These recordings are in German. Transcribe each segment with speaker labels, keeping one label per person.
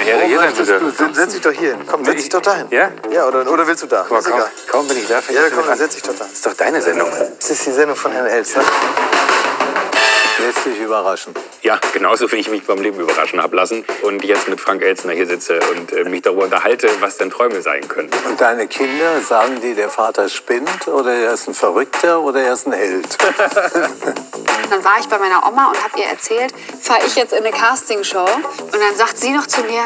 Speaker 1: hier
Speaker 2: möchtest
Speaker 1: denn
Speaker 2: du?
Speaker 1: bitte?
Speaker 2: Setz setz dich doch hier hin. Komm, setz dich doch dahin.
Speaker 1: Ja?
Speaker 2: Ja, oder, oder willst du da?
Speaker 1: Aber
Speaker 2: Ist
Speaker 1: kaum,
Speaker 2: egal.
Speaker 1: kaum bin ich da, fängt
Speaker 2: Ja,
Speaker 1: das
Speaker 2: komm,
Speaker 1: damit
Speaker 2: dann
Speaker 1: an.
Speaker 2: setz dich doch da.
Speaker 1: Das ist doch deine Sendung.
Speaker 2: Das ist die Sendung von Herrn Els, ne?
Speaker 3: Lässt sich überraschen.
Speaker 4: Ja, genauso wie ich mich beim Leben überraschen habe lassen und jetzt mit Frank Elzner hier sitze und äh, mich darüber unterhalte, was denn Träume sein können.
Speaker 3: Und deine Kinder, sagen die, der Vater spinnt oder er ist ein Verrückter oder er ist ein Held?
Speaker 5: Dann war ich bei meiner Oma und habe ihr erzählt, fahre ich jetzt in eine Castingshow. Und dann sagt sie noch zu mir,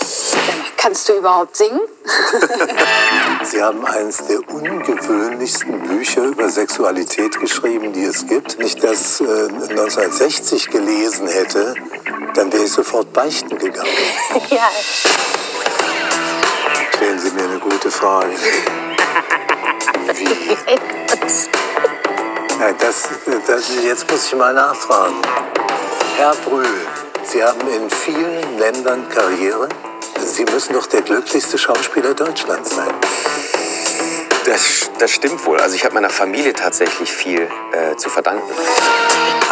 Speaker 5: "Sag mal, kannst du überhaupt singen?
Speaker 3: Sie haben eines der ungewöhnlichsten Bücher über Sexualität geschrieben, die es gibt. Wenn ich das äh, 1960 gelesen hätte, dann wäre ich sofort beichten gegangen.
Speaker 6: Ja,
Speaker 3: Stellen Sie mir eine gute Frage. Wie? Ja, das, das, jetzt muss ich mal nachfragen. Herr Brühl, Sie haben in vielen Ländern Karriere. Sie müssen doch der glücklichste Schauspieler Deutschlands sein.
Speaker 1: Das, das stimmt wohl. Also ich habe meiner Familie tatsächlich viel äh, zu verdanken.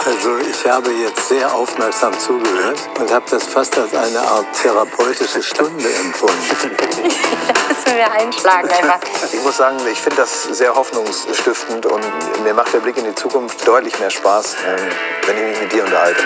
Speaker 3: Also ich habe jetzt sehr aufmerksam zugehört und habe das fast als eine Art therapeutische Stunde empfunden.
Speaker 6: das will mir einschlagen einfach.
Speaker 2: Ich muss sagen, ich finde das sehr hoffnungsstiftend äh, und mir macht der Blick in die Zukunft deutlich mehr Spaß, ähm, wenn ich mich mit dir unterhalte.